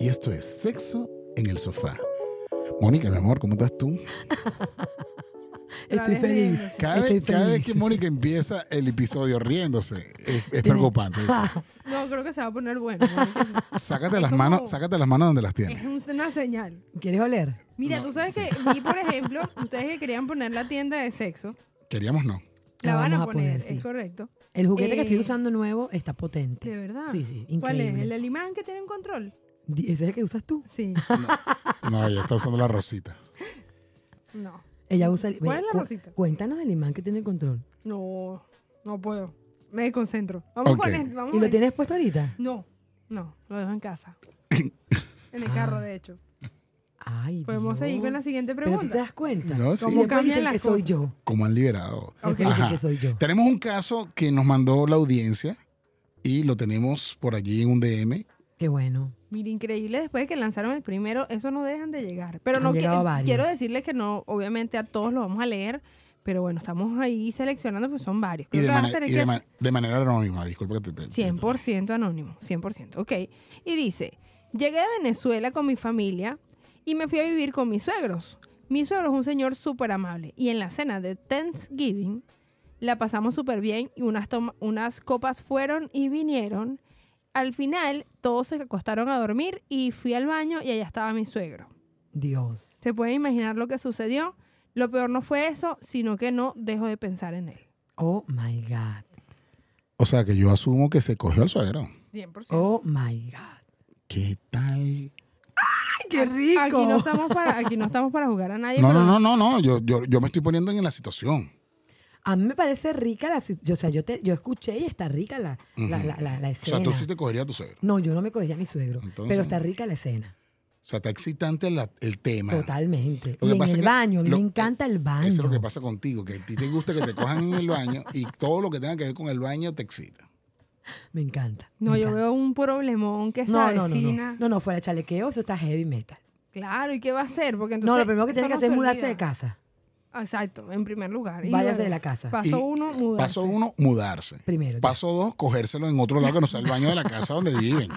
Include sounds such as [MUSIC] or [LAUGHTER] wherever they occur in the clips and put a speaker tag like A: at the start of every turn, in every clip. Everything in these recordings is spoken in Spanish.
A: y esto es Sexo en el Sofá. Mónica, mi amor, ¿cómo estás tú?
B: Estoy
C: vez
B: feliz.
C: riéndose.
A: Cada,
B: Estoy
A: vez, cada
B: feliz.
A: vez que Mónica empieza el episodio riéndose, es, es preocupante.
C: No, creo que se va a poner bueno.
B: [LAUGHS]
C: ¿no?
A: Sácate las
C: como-
A: manos, sácate las manos donde las
C: es
A: tienes.
C: un- una señal.
B: ¿Quieres oler?
C: Mira, tú sabes que vi, por ejemplo, ustedes que querían poner la tienda de sexo,
A: Queríamos no.
C: la
B: La
C: van a
B: vamos a
C: poner,
B: poner, sí.
C: es correcto.
B: El juguete que estoy
C: Eh,
B: usando nuevo está potente.
C: De verdad.
B: Sí, sí,
C: ¿Cuál es?
B: increíble.
C: ¿El alimán que tiene un control?
B: Di- Ese es el que usas tú. [LAUGHS]
C: Sí.
A: No, ella está usando la rosita.
C: No.
B: Ella usa el-
C: ¿Cuál es la
B: cu-
C: rosita?
B: Cuéntanos del imán que tiene el control.
C: No, no puedo. Me desconcentro. Vamos
A: Ok.
C: con esto. Vamos
B: ¿Y lo
C: a-
B: tienes puesto ahorita?
C: No, no, lo dejo
B: [LAUGHS]
C: en casa. en el carro, de hecho.
B: Ay,
C: Podemos seguir con la siguiente
B: Pero tú te
C: pregunta.
B: das cuenta.
A: No, sí.
C: ¿Cómo
B: Después
C: cambian
B: dicen
C: las
B: que soy
C: cosas?
B: yo.
A: ¿Cómo han liberado?
B: Después
C: Ok.
B: dicen
A: Ajá.
B: que soy yo.
A: Tenemos un caso que nos mandó la audiencia y lo tenemos por allí en un DM.
B: Qué bueno.
C: Mira, increíble, después de que lanzaron el primero, eso no dejan de llegar. Pero
B: Han
C: no que- eh,
B: llegado varios.
C: quiero decirles que no, obviamente a todos lo vamos a leer, pero bueno, estamos ahí seleccionando, pues son varios.
A: Y
C: Creo
A: de,
C: que van a
A: mane-
C: tener
A: y de
C: que-
A: ma- de manera anónima, disculpa que te- te... te-
C: 100% anónimo, 100%. Ok. Y dice, llegué a Venezuela con mi familia y me fui a vivir con mis suegros. Mi suegro es un señor súper amable y en la cena de Thanksgiving la pasamos súper bien y unas, toma- unas copas fueron y vinieron. Al final todos se acostaron a dormir y fui al baño y allá estaba mi suegro.
B: Dios.
C: ¿Se pueden imaginar lo que sucedió? Lo peor no fue eso, sino que no dejo de pensar en él.
B: Oh my God.
A: O sea, que yo asumo que se cogió al suegro.
C: 100%.
B: Oh my God.
A: ¿Qué tal?
B: ¡Ay, qué rico!
C: Aquí no estamos para, aquí no estamos para jugar a nadie.
A: No,
C: pero
A: no, no, no, no. Yo, yo, yo me estoy poniendo en la situación.
B: A mí me parece rica la. si- yo- O sea, yo, te, yo escuché y está rica la, la, la, la- la
A: O
B: escena.
A: sea, tú sí te cogerías a tu suegro.
B: No, yo no me cogería a mi suegro.
A: Entonces-
B: pero está rica la escena.
A: O sea, está excitante la- el tema.
B: Totalmente.
A: Lo
B: Y
A: que
B: en
A: pasa
B: el
A: es que
B: baño, a mí
A: lo-
B: me encanta el baño.
A: Eso es lo que pasa contigo, que a ti te gusta que te cojan en el baño y todo lo que tenga que ver con el baño te excita.
B: Me encanta.
C: No,
B: me
C: yo
B: encanta.
C: veo un problemón que se
B: No, no, no,
C: avecina.
B: no. No, no, fuera de chalequeo, eso está heavy metal.
C: Claro, ¿y qué va a hacer? Porque entonces,
B: no, lo primero que
C: eso
B: tiene que
C: no
B: hacer
C: se
B: es mudarse
C: olvida.
B: de casa.
C: Exacto, en primer lugar. Y
B: Váyase
C: luego,
B: de la casa.
C: Paso
A: Y
C: uno, mudarse.
A: Paso uno, mudarse.
B: Primero. ya.
A: Paso dos, cogérselo en otro lado que no sea el baño de la casa donde
B: [LAUGHS]
A: viven.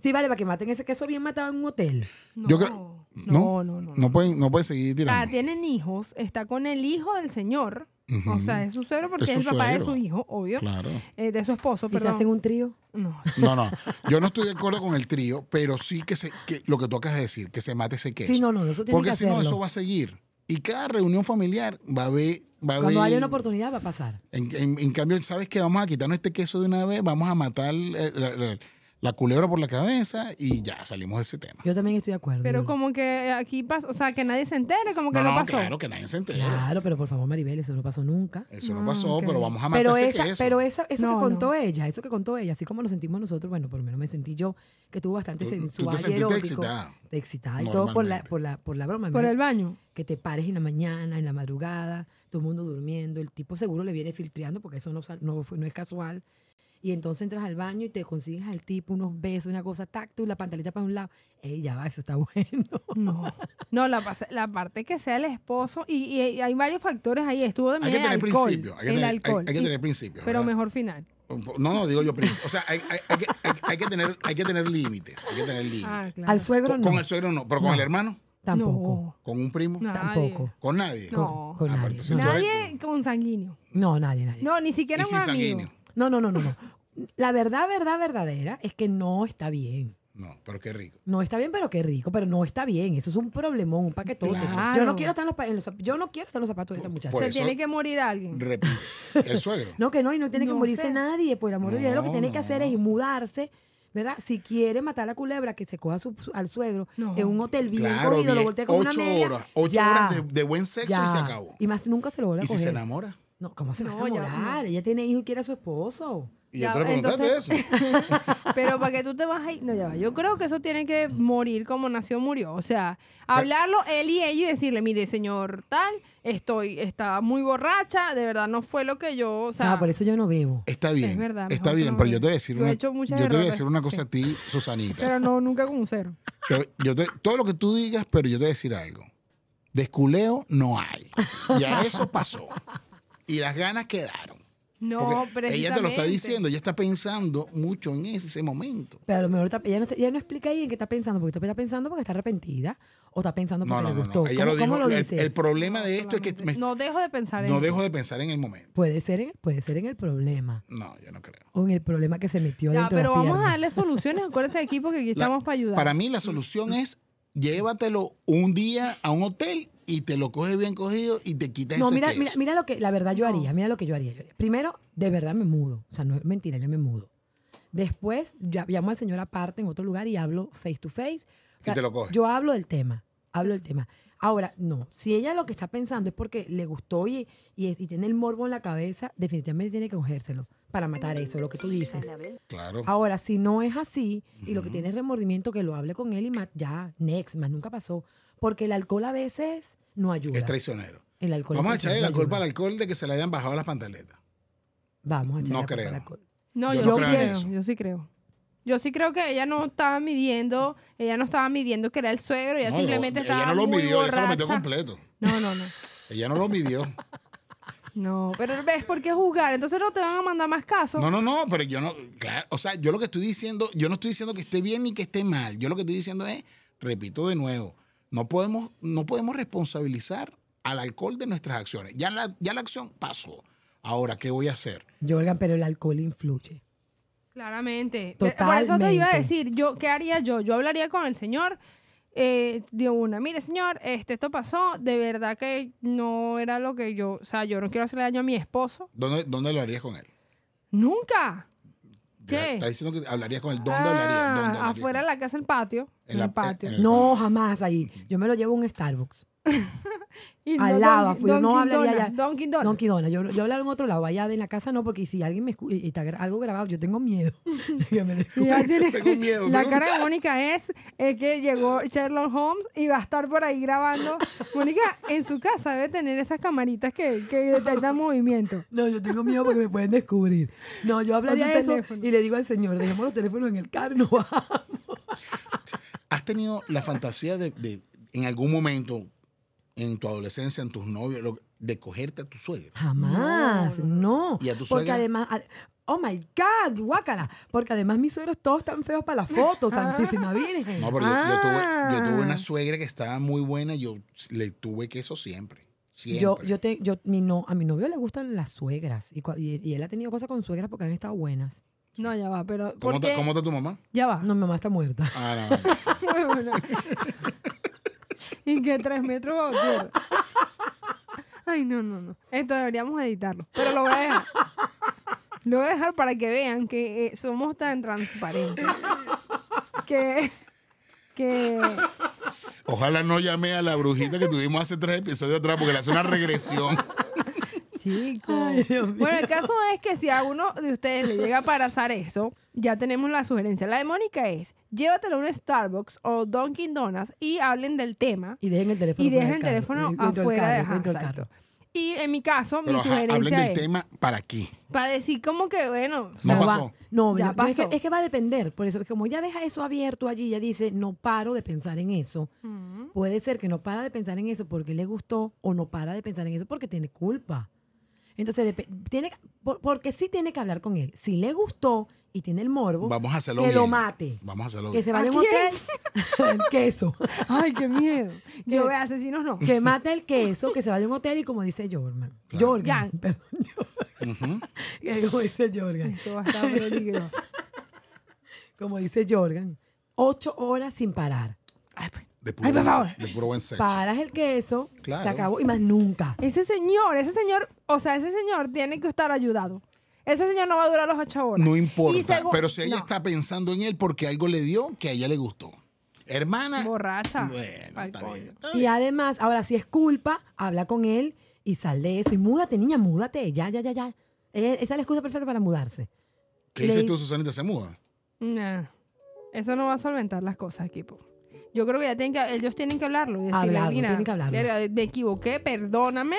B: Sí, vale, para que maten ese queso bien matado en un hotel.
C: No,
A: Yo creo-
C: No, no, no. no.
A: No pueden, no pueden seguir
C: O sea,
A: tirando.
B: Ah,
C: tienen hijos, está con el hijo del señor.
A: Ujú.
C: O sea, es su suegro porque
A: Es
C: es,
A: su
C: el papá de
A: suegro.
C: su hijo, obvio.
A: Claro.
C: eh, de su esposo,
B: Y se
C: pero.
B: hacen un trío.
C: No,
A: No, no. Yo no estoy de acuerdo con el trío, pero sí que, se, que lo que tú acabas de decir, que se mate ese queso.
B: Sí, no, no, eso tiene
A: Porque
B: que
A: si no,
B: hacerlo.
A: eso va a seguir. Y cada reunión familiar va a haber. Va a
B: Cuando
A: haber-
B: haya una oportunidad va a pasar.
A: En, en- en cambio, ¿sabes qué? Vamos a quitarnos este queso de una vez, vamos a matar eh, la, la- la culebra por la cabeza y ya salimos de ese tema.
B: Yo también estoy de acuerdo.
C: pero
B: Lolo.
C: como que aquí pasa, o sea, que nadie se entere, como que
A: No,
C: no,
A: no,
C: pasó.
A: claro que nadie se entera.
B: Claro, pero por favor, Maribel, eso no pasó nunca.
A: Eso no,
C: No,
A: pasó,
C: Ah, ok.
A: pero vamos a matar
B: Pero
A: ese
B: esa,
A: queso.
B: pero esa, eso
C: No,
B: que contó
C: no.
B: ella, eso que contó ella, así como lo sentimos nosotros, bueno, por lo menos me sentí yo, que tuvo bastante
A: Tú- tú te
B: sensual y
A: sentiste
B: erótico.
A: excitada.
B: Excitada y todo por la,
A: Normalmente.
B: por la, por la broma.
C: Por
B: ¿no?
C: el baño.
B: que te pares en la mañana, en la madrugada, todo el mundo durmiendo, el tipo seguro le viene filtreando porque eso no, sal- no, fue- no es casual. Y entonces entras al baño y te consigues al tipo unos besos, una cosa táctil, la pantalita para un lado. Ey, ya va, eso está [LAUGHS] bueno.
C: No, no la, pas- la parte que sea el esposo, y, y- y hay varios factores ahí. Estuvo
A: Hay
C: también
A: que
C: el
A: tener
C: alcohol.
A: principio. Hay que
C: el
A: tener, hay-
C: alcohol.
A: hay que
C: y-
A: tener principios.
C: pero
A: ¿verdad?
C: mejor final.
A: No, no, digo yo principios. O sea, hay, hay- hay que, hay- hay que tener, hay que tener límites. Hay que tener límites.
C: Ah, claro.
B: Al suegro
A: con,
B: no.
A: con el suegro no, pero con
B: No.
A: el hermano,
B: Tampoco.
A: con un primo,
C: No.
B: Tampoco.
A: con nadie.
C: No.
B: Con
A: Ah, pero
B: nadie.
A: entonces
B: No.
A: tú eres-
C: Nadie con sanguíneo.
B: No, nadie, nadie.
C: No, ni siquiera
A: Y
C: un
A: sin
C: amigo.
A: sanguíneo.
B: No, no, no, no, no. La verdad, verdad, verdadera es que no está bien.
A: No, pero qué rico.
B: No está bien, pero qué rico, pero no está bien. Eso es un problemón, un paquetote.
C: Claro.
B: Yo no quiero estar en los, pa- en los zap- yo no quiero estar en los zapatos de esa muchacha.
A: Por
C: Se
A: eso-
C: tiene que morir alguien.
A: Repito, el suegro.
B: No, que no, y no tiene
C: No
B: que morirse
C: sé.
B: nadie, por el amor de Dios. Lo que
A: No,
B: tiene que hacer
A: no.
B: es mudarse, ¿verdad? Si quiere matar a la culebra, que se coja su- su- al suegro
C: No.
B: en un hotel bien
A: Claro,
B: cogido, lo
A: bien.
B: voltee con una
A: Ocho
B: media.
A: horas, ocho
B: ya,
A: horas de- de buen sexo y
B: ya.
A: se acabó.
B: Y más nunca se lo vuelve a
A: ¿Y si
B: coger.
A: se enamora?
B: No, ¿cómo se va
C: No,
B: a
C: ya,
B: enamorar?
C: no.
B: Ella tiene hijo y quiere a su esposo.
A: Y
C: Ya,
A: yo te preguntaste
C: entonces-
A: eso.
C: [LAUGHS]
B: [LAUGHS]
C: Pero para que tú te vas ahí. No, ya va. Yo creo que eso tiene que morir como nació, murió. O sea, hablarlo él y ella y decirle: mire, señor tal, estoy, está muy borracha, de verdad no fue lo que yo. O sea,
B: ah, por eso yo no bebo.
A: Está bien.
C: Es verdad,
A: está
C: mejor
A: bien,
C: no
A: pero yo te voy a
C: ver.
A: decir
C: Yo he
A: una,
C: hecho muchas
A: yo te voy a
C: errores,
A: decir una cosa
C: sí.
A: a ti, Susanita.
C: pero no, nunca con un cero.
A: Te- yo te- todo lo que tú digas, pero yo te voy a decir algo. Desculeo no hay. Ya eso pasó. Y las ganas quedaron.
C: No,
A: Porque
C: precisamente.
A: ella te lo está diciendo, ella está pensando mucho en ese momento.
B: Pero a lo mejor está- ella, no está- ella no explica ahí en qué está pensando, porque está pensando porque está arrepentida o está pensando
A: No,
B: porque
A: no,
B: le
A: no,
B: gustó.
A: no. Ella
B: ¿Cómo,
A: lo dijo.
B: cómo lo
A: el,
B: dice?
A: el problema de esto es que me-
C: No dejo de pensar en
A: no
C: eso.
A: dejo de pensar en el momento.
B: Puede ser, en, puede ser en el problema
A: No, yo no creo.
B: o en el problema que se metió
C: Ya,
B: dentro
C: pero
B: de la
C: vamos a
B: pierna.
C: darle soluciones. Acuérdense aquí porque aquí
A: La-
C: estamos para ayudar.
A: Para mí la solución es llévatelo un día a un hotel y te lo coges bien cogido y te quitas
B: No,
A: ese
B: mira,
A: queso.
B: mira, mira lo que, la verdad yo
C: No.
B: haría, mira lo que yo haría, yo haría. Primero, de verdad me mudo. O sea, no es mentira, yo me mudo. Después, ya- llamo al señor aparte en otro lugar y hablo face to face. O
A: Y te lo coge.
B: Yo hablo del tema, hablo del tema. Ahora, no, si ella lo que está pensando es porque le gustó y, y, y tiene el morbo en la cabeza, definitivamente tiene que cogérselo para matar eso, lo que tú dices.
A: Claro.
C: Ah,
B: Ahora, si no es así y lo que tiene es remordimiento, que lo hable con él y más, ya, next, más nunca pasó. Porque el alcohol a veces no ayuda.
A: Es traicionero.
B: El alcohol
A: Vamos a
B: veces
A: echarle
B: no
A: la culpa al
B: ayuda.
A: alcohol de que se le hayan bajado las pantaletas.
B: Vamos a echarle
A: No
B: la culpa al
A: creo.
B: alcohol.
C: No,
A: Yo
C: yo,
A: no
C: sí
A: creo en
C: creo,
A: eso.
C: yo sí creo. Yo sí creo que ella no estaba midiendo, ella no estaba midiendo que era el suegro, ella
A: No,
C: simplemente
A: ella
C: estaba
A: no lo
C: muy
A: midió, ella se lo metió
C: borracha.
A: completo.
C: No, no, no.
A: Ella no lo
C: [LAUGHS]
A: midió.
C: No, pero ves por qué juzgar, entonces no te van a mandar más casos.
A: No, no, no, pero yo no, claro, o sea, yo lo que estoy diciendo, yo no estoy diciendo que esté bien ni que esté mal, yo lo que estoy diciendo es, repito de nuevo, no podemos, no podemos responsabilizar al alcohol de nuestras acciones. Ya la, ya la acción pasó. Ahora, ¿qué voy a hacer?
B: Jorgan, pero el alcohol influye.
C: Claramente. Pero Por eso te
B: Totalmente.
C: iba a decir, yo, ¿qué haría yo? Yo hablaría con el señor eh, de una. Mire, señor, este, esto pasó, de verdad que no era lo que yo, o sea, yo no quiero hacerle daño a mi esposo.
A: ¿Dónde, dónde lo harías con él?
C: Nunca. ¿Qué?
A: Está diciendo que hablarías con él. ¿Dónde
C: Ah,
A: hablarías? ¿Dónde hablarías
C: afuera de
A: con él?
C: la casa, el patio.
A: En
C: En
A: la-
C: el patio.
A: en el-
B: No, jamás ahí. Yo me lo llevo a un Starbucks.
C: Y
B: al
C: no,
B: lado,
C: Dunkin-
B: afuera, no
C: Dunkin'
B: hablaría
C: Donuts,
B: allá.
C: Dunkin' Donuts.
B: Donkey Dona. Yo, yo hablar en otro lado, allá de en la casa no, porque si alguien me escu- y- y está gra- algo grabado, yo tengo miedo [LAUGHS] de que me
C: Y ya
B: descubran.
C: tiene-
A: [LAUGHS] Tengo miedo,
C: la
A: ¿no?
C: cara de Mónica es, es que llegó Sherlock Holmes y va a estar por ahí grabando. Mónica en su casa debe tener esas camaritas que, que detectan movimiento.
B: No, yo tengo miedo porque me pueden descubrir. No, yo
C: Con
B: hablaría
C: tu
B: eso
C: teléfono.
B: y le digo al señor, dejemos los teléfonos en el carro y nos vamos.
A: ¿Has tenido la fantasía de, de, en algún momento, en tu adolescencia, en tus novios, lo- de cogerte a tu suegro?
B: Jamás,
C: No,
B: no.
A: ¿Y a tu
B: Porque
A: suegra?
B: además, a- oh my God, guácala. Porque además mis suegros todos tan feos para la [LAUGHS] foto, Santísima Virgen.
A: No, pero yo- yo, tuve, yo tuve
C: Ah.
A: una suegra que estaba muy buena y yo le tuve queso siempre. Siempre.
B: Yo, yo te, yo, mi no, a mi novio le gustan las suegras y, cua- y- y él ha tenido cosas con suegras porque han estado buenas.
C: No, ya va, pero.
A: ¿Cómo,
C: porque-
A: está,
C: [LAUGHS]
A: cómo está tu mamá?
C: Ya va.
B: No, mi mamá está muerta. [LAUGHS]
A: Ah, no.
C: Bueno. [LAUGHS] y que tres metros va a ocurrir. Ay, no, no, no. Esto deberíamos editarlo. Pero lo voy a dejar. Lo voy a dejar para que vean que eh, somos tan transparentes. Que. Que.
A: Ojalá no llame a la brujita que tuvimos hace tres episodios atrás porque le hace una regresión.
C: Chico.
B: Ay, Dios mío.
C: Bueno, el caso es que si a uno de ustedes le llega para hacer eso, ya tenemos la sugerencia. La de Mónica es: llévatelo a un Starbucks o Dunkin' Donuts y hablen del tema.
B: Y dejen el teléfono
C: y
B: fuera
C: deja el
B: del carro,
C: teléfono
B: dentro del
C: afuera de
B: carro, dentro del carro.
C: Y en mi caso,
A: Pero
C: mi
A: ajá, hablen
C: sugerencia
A: del
C: es
A: tema para aquí.
C: para decir como que, bueno,
A: No
B: O sea,
A: pasó.
B: va- no,
C: Ya
B: yo- no, es, que,
C: pasó.
B: es que va a depender. Por eso, como ya deja eso abierto allí, ya dice, no paro de pensar en eso.
C: Mm.
B: Puede ser que no para de pensar en eso porque le gustó o no para de pensar en eso porque tiene culpa. Entonces, depe- tiene, que- por- porque sí tiene que hablar con él. Si le gustó y tiene el morbo,
A: Vamos a hacerlo
B: que lo
A: bien.
B: mate.
A: Vamos a hacerlo
B: Que
A: bien.
B: se vaya a un
C: ¿A quién?
B: hotel. [LAUGHS] el queso.
C: ay, qué miedo. Yo
B: Eh,
C: veo asesinos, no.
B: Que mate el queso, que se vaya a un hotel y como dice Jorman.
A: Claro.
B: Jorgan.
C: Jan.
B: [LAUGHS] Perdón,
A: Ujú.
B: Jorgan. Como dice Jorgan.
C: Esto va a estar
B: eh,
C: peligroso.
B: [LAUGHS] como dice Jorgan, ocho horas sin parar.
C: Ay, pues.
A: De, puro
C: Ay, por
A: buen,
C: favor.
A: de puro buen sexo.
B: Paras el queso,
A: Claro.
B: se acabó y más nunca.
C: Ese señor, ese señor, o sea, ese señor tiene que estar ayudado. Ese señor no va a durar los ocho horas.
A: No
C: Y
A: importa.
C: segu-
A: Pero si ella
C: no,
A: está pensando en él porque algo le dio que a ella le gustó. Hermana.
C: borracha.
A: Bueno,
C: Al
A: está
C: coño.
A: bien, está
B: Y
A: bien.
B: además, ahora si es culpa, habla con él y sal de eso. Y múdate, niña, múdate. Ya, ya, ya, ya. Eh, Esa es la excusa perfecta para mudarse.
A: ¿Qué dices
B: le-
A: tú, Susanita? ¿Se muda?
C: Nah, eso no va a solventar las cosas, equipo. Yo creo que ya tienen que, ellos tienen que hablarlo. y Decirle,
B: Hablarlo,
C: mira,
B: tienen que hablarlo.
C: verga, me equivoqué, perdóname,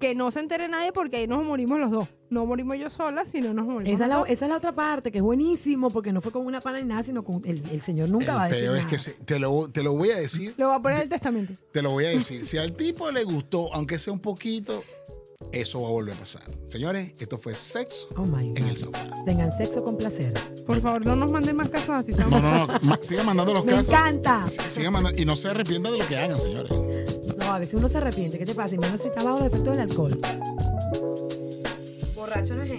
C: que no se entere nadie porque ahí nos morimos los dos. No morimos yo sola, sino nos morimos.
B: Esa es,
C: los
B: la,
C: dos.
B: esa es la otra parte, que es buenísimo, porque no fue con una pana ni nada, sino con el, el señor nunca va a
A: El
B: decir
A: peo es
B: nada.
A: que se- te, lo, te lo voy a decir.
C: Lo va a poner en el testamento.
A: Te lo voy a decir. Si al tipo le gustó, aunque sea un poquito, Eso va a volver a pasar. Señores, esto fue sexo
B: Oh my
A: en el
B: God.
A: sofá.
B: Tengan sexo con placer.
C: Por favor, no nos manden más casos así.
A: No,
C: estamos-
A: no, no. ma- Sigan mandando los
B: ¡Me
A: casos.
B: encanta!
A: Sí, sigan mandando- Y no se arrepientan de lo que hagan, señores.
B: No, a veces uno se arrepiente. ¿Qué te pasa? Y menos si está bajo los efectos del alcohol. Borracho no es